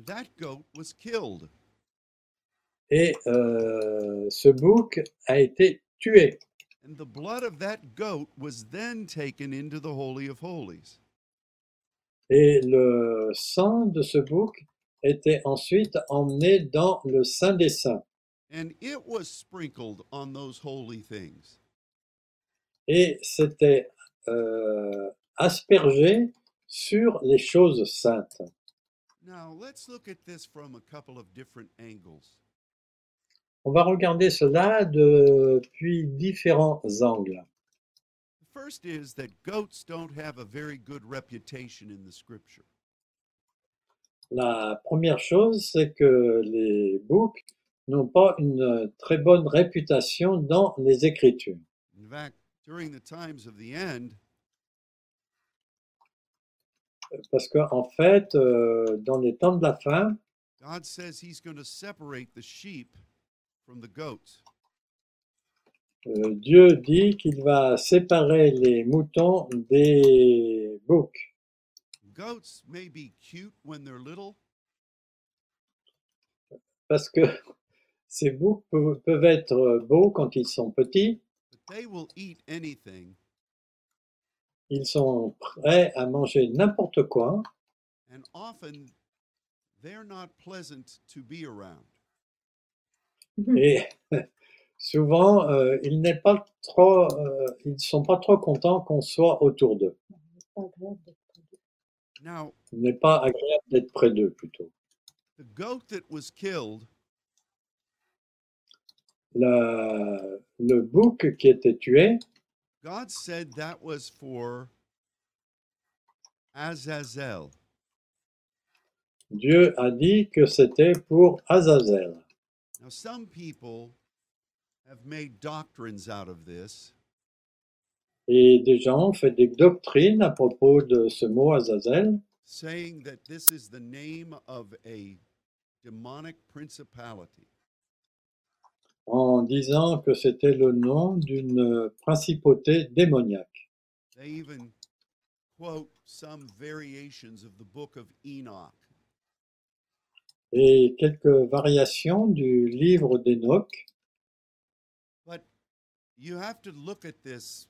Speaker 1: That goat was killed.
Speaker 2: et euh, ce bouc a été tué.
Speaker 1: And the blood of that goat was then taken into the Holy of Holies.
Speaker 2: Et le sang de ce bouc était ensuite emmené dans le Saint des Saints.
Speaker 1: And it was sprinkled on those holy things.
Speaker 2: Et c'était euh, aspergé sur les choses saintes.
Speaker 1: Now, let's look at this from a couple of different angles.
Speaker 2: On va regarder cela depuis différents angles.
Speaker 1: The first is that goats don't have a very good reputation in the scripture.
Speaker 2: La première chose, c'est que les boucs n'ont pas une très bonne réputation dans les Écritures.
Speaker 1: In fact, during the times of the end,
Speaker 2: Parce qu'en en fait, euh, dans les temps de la fin,
Speaker 1: God says he's going to separate the sheep from the goats.
Speaker 2: euh, Dieu dit qu'il va séparer les moutons des boucs.
Speaker 1: Goats may be cute when they're little,
Speaker 2: Parce que ces boucs peu- peuvent être beaux quand ils sont petits.
Speaker 1: but they will eat anything,
Speaker 2: Ils sont prêts à manger n'importe quoi.
Speaker 1: and often they're not pleasant to be around.
Speaker 2: Et souvent, euh, ils n'est pas trop, euh, ils sont pas trop contents qu'on soit autour d'eux.
Speaker 3: Pas grave de prendre
Speaker 1: Now,
Speaker 2: Il n'est pas agréable d'être près d'eux plutôt.
Speaker 1: the goat that was killed
Speaker 2: La- le bouc qui était tué,
Speaker 1: God said that was for Azazel.
Speaker 2: Dieu a dit que c'était pour Azazel.
Speaker 1: Now, some people have made doctrines out of this,
Speaker 2: Et des gens ont fait des doctrines à propos de ce mot Azazel,
Speaker 1: saying that this is the name of a demonic principality.
Speaker 2: en disant que c'était le nom d'une principauté démoniaque.
Speaker 1: They even quote some variations of the book of Enoch.
Speaker 2: Et quelques variations du livre d'Enoch
Speaker 1: But you have to look at this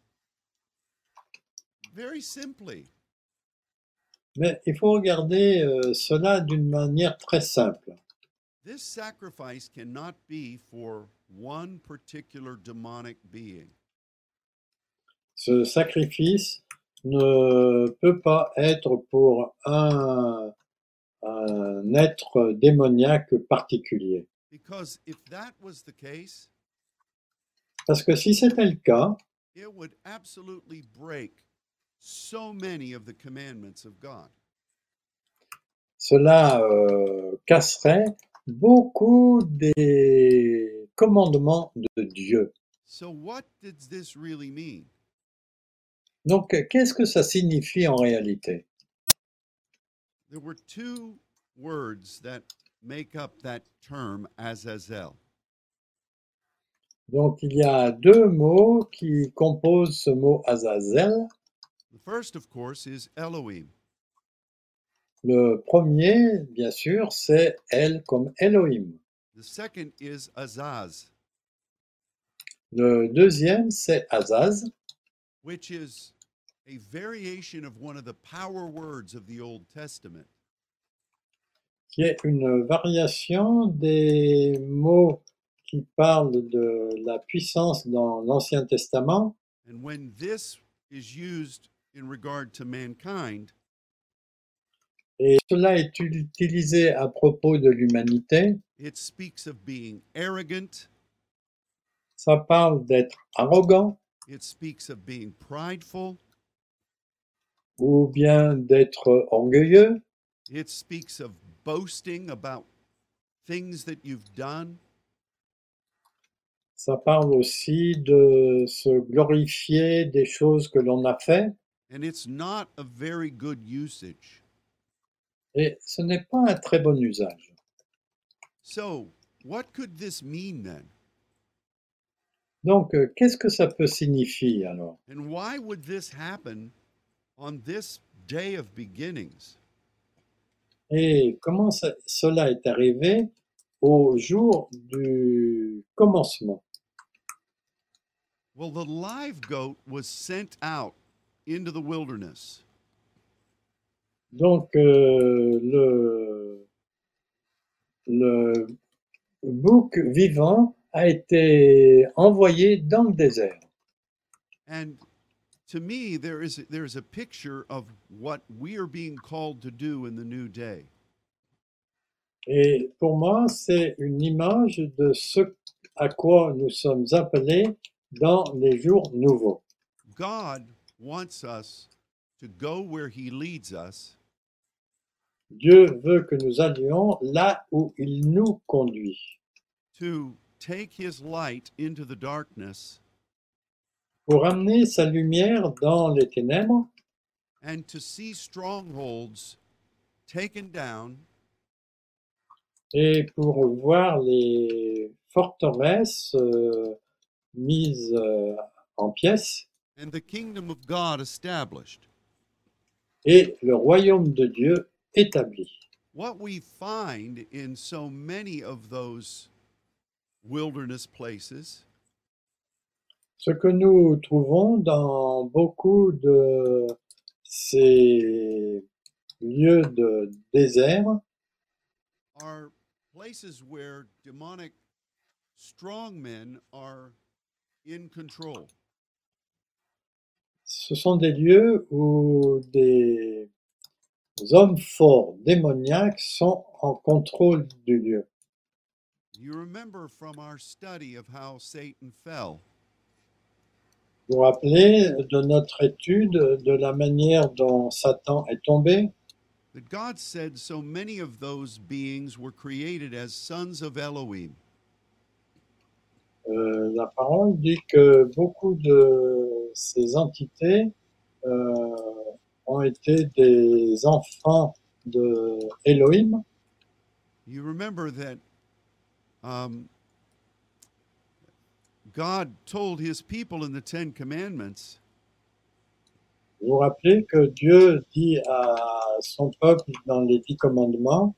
Speaker 1: very simply.
Speaker 2: Mais il faut regarder euh, cela d'une manière très simple.
Speaker 1: This sacrifice cannot be for one particular demonic being.
Speaker 2: Ce sacrifice ne peut pas être pour un, un être démoniaque particulier.
Speaker 1: Because if that was the case,
Speaker 2: Parce que si c'était le cas,
Speaker 1: it would absolutely break so many of the commandments of God.
Speaker 2: cela euh, casserait beaucoup des commandements de Dieu.
Speaker 1: So, what does this really mean?
Speaker 2: Donc, qu'est-ce que ça signifie en réalité
Speaker 1: There were two words that make up that term Azazel.
Speaker 2: Donc, il y a deux mots qui composent ce mot Azazel.
Speaker 1: The first, of course, is Elohim,
Speaker 2: Le premier, bien sûr, c'est elle comme Elohim.
Speaker 1: the second is Azaz,
Speaker 2: Le deuxième, c'est Azaz,
Speaker 1: which is a variation of one of the power words of the Old Testament.
Speaker 2: qui est une variation des mots qui parlent de la puissance dans l'Ancien Testament.
Speaker 1: And when this is used in regard to mankind,
Speaker 2: Et cela est utilisé à propos de l'humanité.
Speaker 1: it speaks of being arrogant,
Speaker 2: Ça parle d'être arrogant
Speaker 1: it speaks of being prideful,
Speaker 2: ou bien d'être orgueilleux.
Speaker 1: it speaks of boasting about things that you've done,
Speaker 2: Ça parle aussi de se glorifier des choses que l'on a fait.
Speaker 1: and it's not a very good usage.
Speaker 2: Et ce n'est pas un très bon usage.
Speaker 1: So, what could this mean then?
Speaker 2: Donc, euh, qu'est-ce que ça peut signifier alors
Speaker 1: And why would this happen on this day of beginnings?
Speaker 2: Et comment ça- cela est arrivé au jour du commencement
Speaker 1: Well, the live goat was sent out into the wilderness.
Speaker 2: Donc, euh, le, le bouc vivant a été envoyé dans le désert.
Speaker 1: And to me, there is, there is a picture of what we are being called to do in the new day.
Speaker 2: Et pour moi, c'est une image de ce à quoi nous sommes appelés dans les jours nouveaux.
Speaker 1: God wants us to go where He leads us
Speaker 2: Dieu veut que nous allions là où il nous conduit
Speaker 1: to take His light into the darkness
Speaker 2: pour amener sa lumière dans les ténèbres
Speaker 1: and to see strongholds taken down
Speaker 2: et pour voir les forteresses euh, mises euh, en pièces
Speaker 1: and the kingdom of God established.
Speaker 2: et le royaume de Dieu établi.
Speaker 1: What we find in so many of those wilderness places
Speaker 2: Ce que nous trouvons dans beaucoup de ces lieux de désert,
Speaker 1: are places where demonic strongmen are in control.
Speaker 2: ce sont des lieux où des hommes forts, démoniaques, sont en contrôle du lieu.
Speaker 1: You remember from our study of how Satan fell.
Speaker 2: Vous vous rappelez de notre étude de la manière dont Satan est tombé
Speaker 1: that God said so many of those beings were created as sons of Elohim.
Speaker 2: Euh, La parole dit que beaucoup de ces entités euh, ont été des enfants de Elohim.
Speaker 1: You remember that um, God told his people in the Ten Commandments
Speaker 2: Vous vous rappelez que Dieu dit à son peuple dans les dix commandements,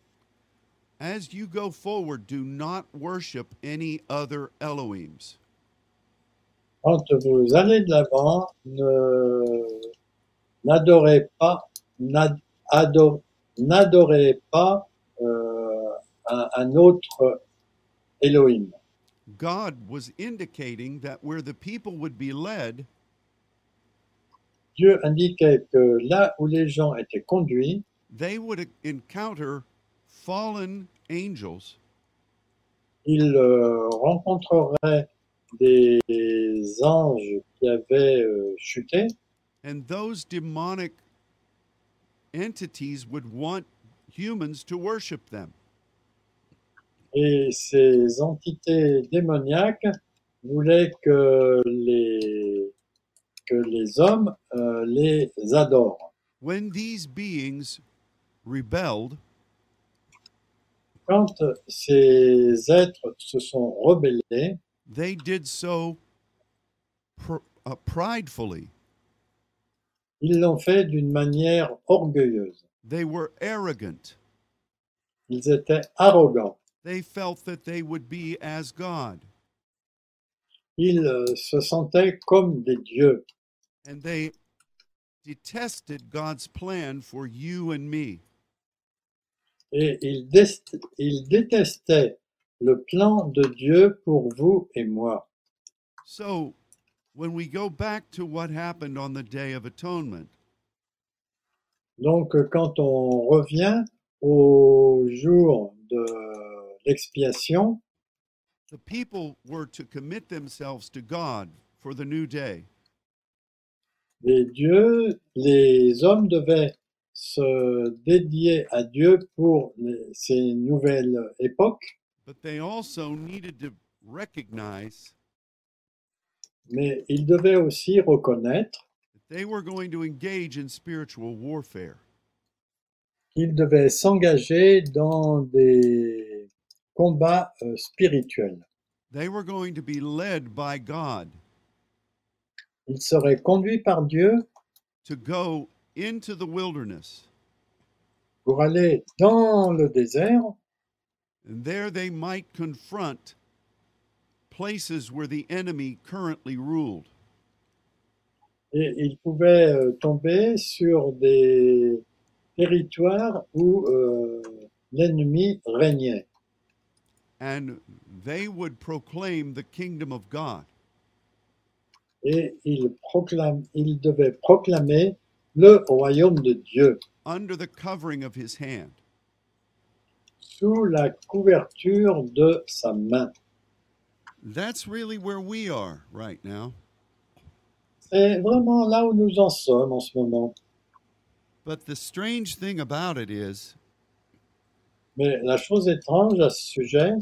Speaker 1: as you go forward, do not worship any other Elohims.
Speaker 2: quand vous allez de l'avant, ne n'adorez pas, n'ad- ado- n'adorez pas euh, un, un autre Elohim.
Speaker 1: God was indicating that where the people would be led,
Speaker 2: Dieu indiquait que là où les gens étaient conduits,
Speaker 1: they would encounter fallen angels
Speaker 2: ils euh, rencontreraient des anges qui avaient euh, chuté
Speaker 1: and those demonic entities would want humans to worship them.
Speaker 2: et ces entités démoniaques voulaient que les, que les hommes euh, les adorent.
Speaker 1: When these beings rebelled,
Speaker 2: Quand ces êtres se sont rebellés,
Speaker 1: they did so pr- uh, pridefully.
Speaker 2: ils l'ont fait d'une manière orgueilleuse.
Speaker 1: They were arrogant.
Speaker 2: Ils étaient arrogants.
Speaker 1: They felt that they would be as God,
Speaker 2: Ils euh, se sentaient comme des dieux.
Speaker 1: and they detested God's plan for you and me.
Speaker 2: et il, dest- il détestait le plan de Dieu pour vous et moi.
Speaker 1: So, when we go back to what happened on the Day of Atonement,
Speaker 2: Donc euh, quand on revient au jour de l'expiation,
Speaker 1: the people were to commit themselves to God for the new day.
Speaker 2: les dieux, les hommes devaient se dédier à Dieu pour les- ces nouvelles époques,
Speaker 1: But they also needed to recognize
Speaker 2: mais ils devaient aussi reconnaître
Speaker 1: that they were going to engage in spiritual warfare.
Speaker 2: qu'ils devaient s'engager dans des combats euh, spirituels.
Speaker 1: They were going to be led by God
Speaker 2: Ils seraient conduits par Dieu
Speaker 1: to go into the wilderness,
Speaker 2: pour aller dans le désert
Speaker 1: and there they might confront places where the enemy currently ruled.
Speaker 2: et ils pouvaient euh, tomber sur des territoires où euh, l'ennemi régnait.
Speaker 1: And they would proclaim the kingdom of God.
Speaker 2: Et ils, proclame- ils devaient proclamer le royaume de Dieu
Speaker 1: under the covering of his hand.
Speaker 2: sous la couverture de sa main.
Speaker 1: That's really where we are right now.
Speaker 2: C'est vraiment là où nous en sommes en ce moment.
Speaker 1: But the strange thing about it is,
Speaker 2: Mais la chose étrange à ce sujet,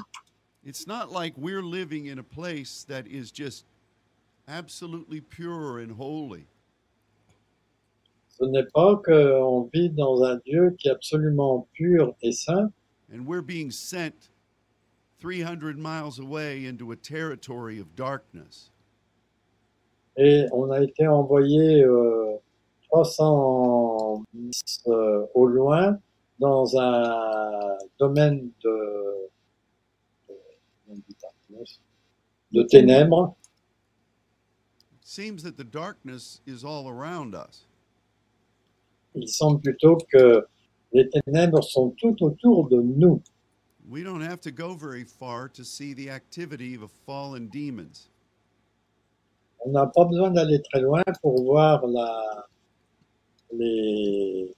Speaker 1: it's not like we're living in a place that is just absolutely pure and holy.
Speaker 2: ce n'est pas qu'on vit dans un Dieu qui est absolument pur et saint
Speaker 1: And we're being sent 300 miles away into a territory of darkness.
Speaker 2: Et on a été envoyé euh, 300 euh, au loin dans un domaine de, de, de ténèbres.
Speaker 1: It seems that the darkness is all around us.
Speaker 2: Il semble plutôt que les ténèbres sont tout autour de nous.
Speaker 1: We don't have to go very far to see the activity of fallen demons.
Speaker 2: On n'a pas besoin d'aller très loin pour voir la, les,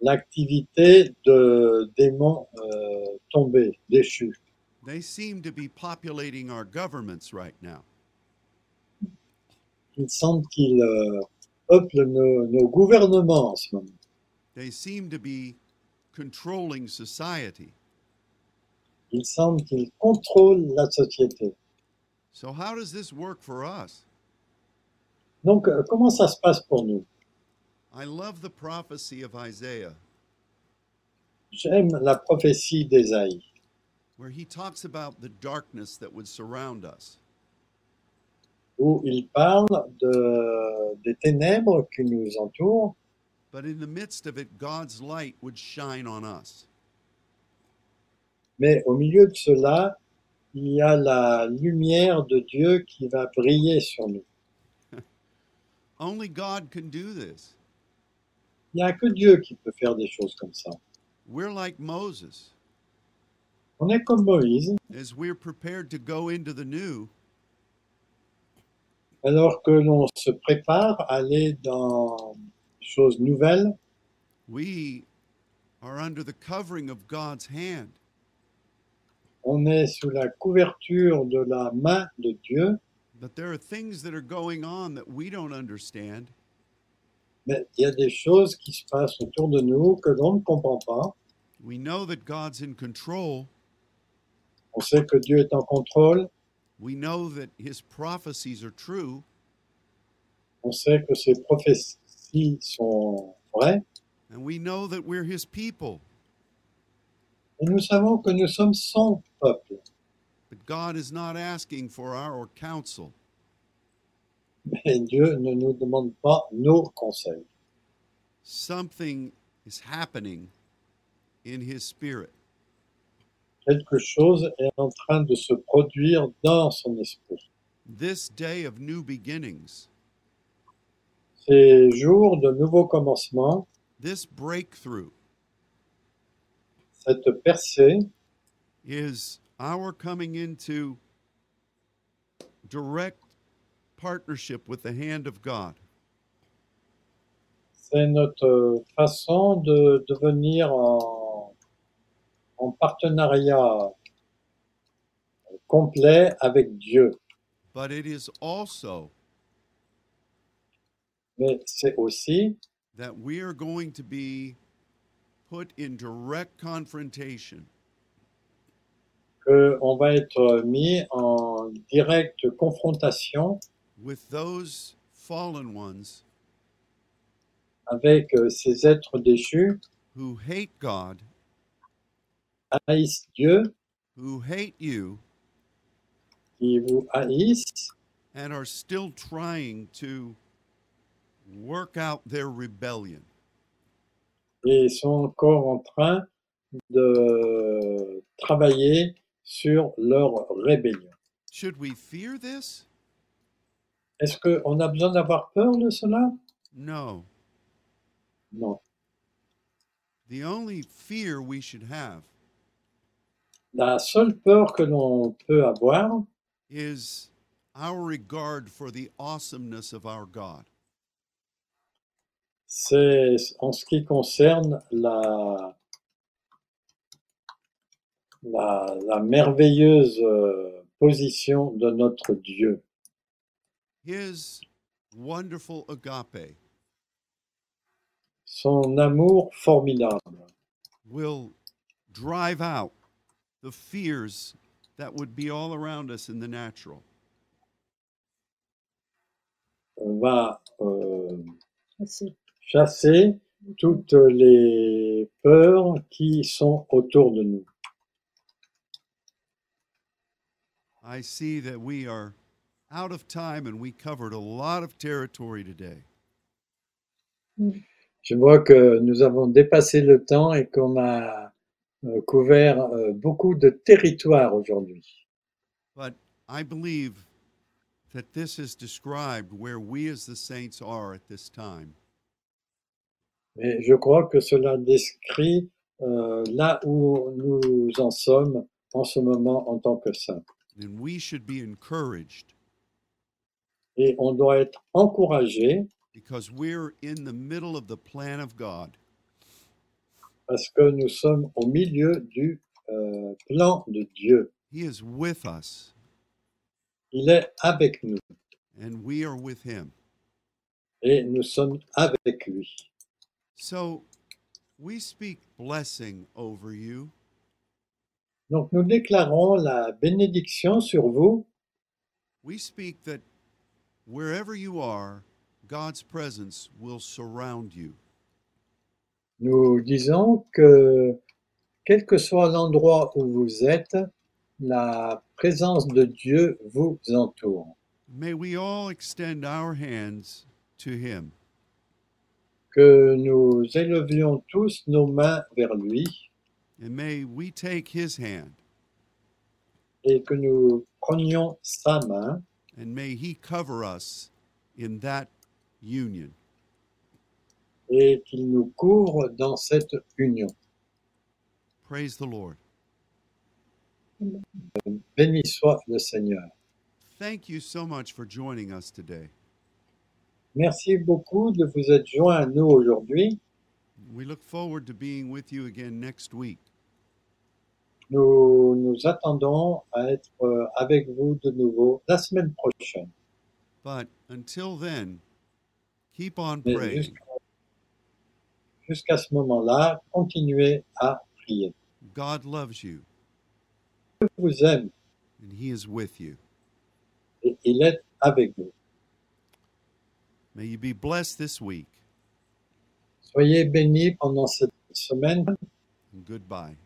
Speaker 2: l'activité de démons euh, tombés, déchus.
Speaker 1: They seem to be populating our governments right now.
Speaker 2: il semble qu'ils euh, peuplent nos, nos gouvernements en ce moment.
Speaker 1: They seem to be controlling society.
Speaker 2: Il semble qu'ils contrôlent la société.
Speaker 1: So, how does this work for us?
Speaker 2: Donc, euh, comment ça se passe pour nous
Speaker 1: I love the prophecy of Isaiah,
Speaker 2: J'aime la prophétie d'Ésaïe,
Speaker 1: where he talks about the darkness that would surround us.
Speaker 2: où il parle de, des ténèbres qui nous entourent,
Speaker 1: But in the midst of it, God's light would shine on us.
Speaker 2: mais au milieu de cela, il y a la lumière de Dieu qui va briller sur nous.
Speaker 1: Only God can do this.
Speaker 2: Il n'y a que Dieu qui peut faire des choses comme ça.
Speaker 1: We're like Moses.
Speaker 2: On est comme Moïse,
Speaker 1: As we're prepared to go into the new,
Speaker 2: alors que l'on se prépare à aller dans des choses nouvelles,
Speaker 1: we are under the covering of God's hand.
Speaker 2: On est sous la couverture de la main de Dieu,
Speaker 1: But there are things that are going on that we don't understand.
Speaker 2: mais il y a des choses qui se passent autour de nous que l'on ne comprend pas.
Speaker 1: We know that God's in control.
Speaker 2: On sait que Dieu est en contrôle,
Speaker 1: We know that his prophecies are true,
Speaker 2: on sait que ses prophéties sont vraies,
Speaker 1: and we know that we're his people.
Speaker 2: et nous savons que nous sommes son peuple.
Speaker 1: But God is not asking for our counsel.
Speaker 2: Mais Dieu ne nous demande pas nos conseils.
Speaker 1: Something is happening in his spirit.
Speaker 2: Quelque chose est en train de se produire dans son esprit.
Speaker 1: This day of new beginnings,
Speaker 2: Ces jours de nouveaux commencements,
Speaker 1: this breakthrough
Speaker 2: cette percée,
Speaker 1: is our coming into direct partnership with the hand of God.
Speaker 2: c'est notre euh, façon de, de venir en, en partenariat euh, complet avec Dieu.
Speaker 1: But it is also
Speaker 2: Mais c'est aussi
Speaker 1: that we are going to be put in direct confrontation
Speaker 2: qu'on va être mis en directe confrontation
Speaker 1: with those fallen ones
Speaker 2: avec euh, ces êtres déchus,
Speaker 1: who hate God,
Speaker 2: haïssent Dieu,
Speaker 1: who hate you,
Speaker 2: qui vous haïssent
Speaker 1: and are still trying to work out their rebellion.
Speaker 2: et sont encore en train de travailler sur leur rébellion.
Speaker 1: Should we fear this?
Speaker 2: Est-ce qu'on a besoin d'avoir peur de cela
Speaker 1: No.
Speaker 2: Non.
Speaker 1: The only fear we should have
Speaker 2: La seule peur que l'on peut avoir,
Speaker 1: is our regard for the awesomeness of our God.
Speaker 2: c'est en ce qui concerne la, la, la merveilleuse euh, position de notre Dieu,
Speaker 1: His wonderful agape
Speaker 2: son amour formidable
Speaker 1: will drive out the fears that would be all around us in the natural.
Speaker 2: va euh,
Speaker 3: Aussi.
Speaker 2: chasser toutes les peurs qui sont autour de nous.
Speaker 1: I see that we are out of time and we covered a lot of territory today.
Speaker 2: Je vois que nous avons dépassé le temps et qu'on a euh, couvert euh, beaucoup de territoires aujourd'hui.
Speaker 1: But I believe that this is described where we as the saints are at this time.
Speaker 2: Mais je crois que cela décrit euh, là où nous en sommes en ce moment en tant que saints.
Speaker 1: And we should be encouraged
Speaker 2: Et on doit être encouragé
Speaker 1: because we're in the middle of the plan of God.
Speaker 2: parce que nous sommes au milieu du euh, plan de Dieu.
Speaker 1: He is with us
Speaker 2: Il est avec nous
Speaker 1: and we are with him.
Speaker 2: et nous sommes avec lui.
Speaker 1: So we speak blessing over you
Speaker 2: Donc nous déclarons la bénédiction sur vous.
Speaker 1: we speak that wherever you are, God's presence will surround you.
Speaker 2: Nous disons que quel que soit l'endroit où vous êtes, la présence de Dieu vous entoure.
Speaker 1: May we all extend our hands to Him
Speaker 2: Que nous élevions tous nos mains vers lui
Speaker 1: and may we take His hand
Speaker 2: et que nous prenions sa main
Speaker 1: and may He cover us in that union.
Speaker 2: et qu'il nous couvre dans cette union.
Speaker 1: Praise the Lord.
Speaker 2: Béni soit le Seigneur.
Speaker 1: Thank you so much for joining us today.
Speaker 2: Merci beaucoup de vous être joints à nous aujourd'hui.
Speaker 1: We look forward to being with you again next week.
Speaker 2: Nous nous attendons à être euh, avec vous de nouveau la semaine prochaine.
Speaker 1: But until then, keep on
Speaker 2: Mais
Speaker 1: praying.
Speaker 2: jusqu'à- Jusqu'à ce moment-là, continuez à prier.
Speaker 1: God loves you
Speaker 2: Dieu vous aime
Speaker 1: and He is with you.
Speaker 2: et il est avec vous.
Speaker 1: May you be blessed this week.
Speaker 2: Soyez bénis pendant cette semaine
Speaker 1: And goodbye.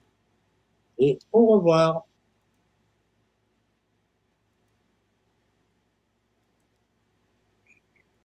Speaker 2: et au revoir.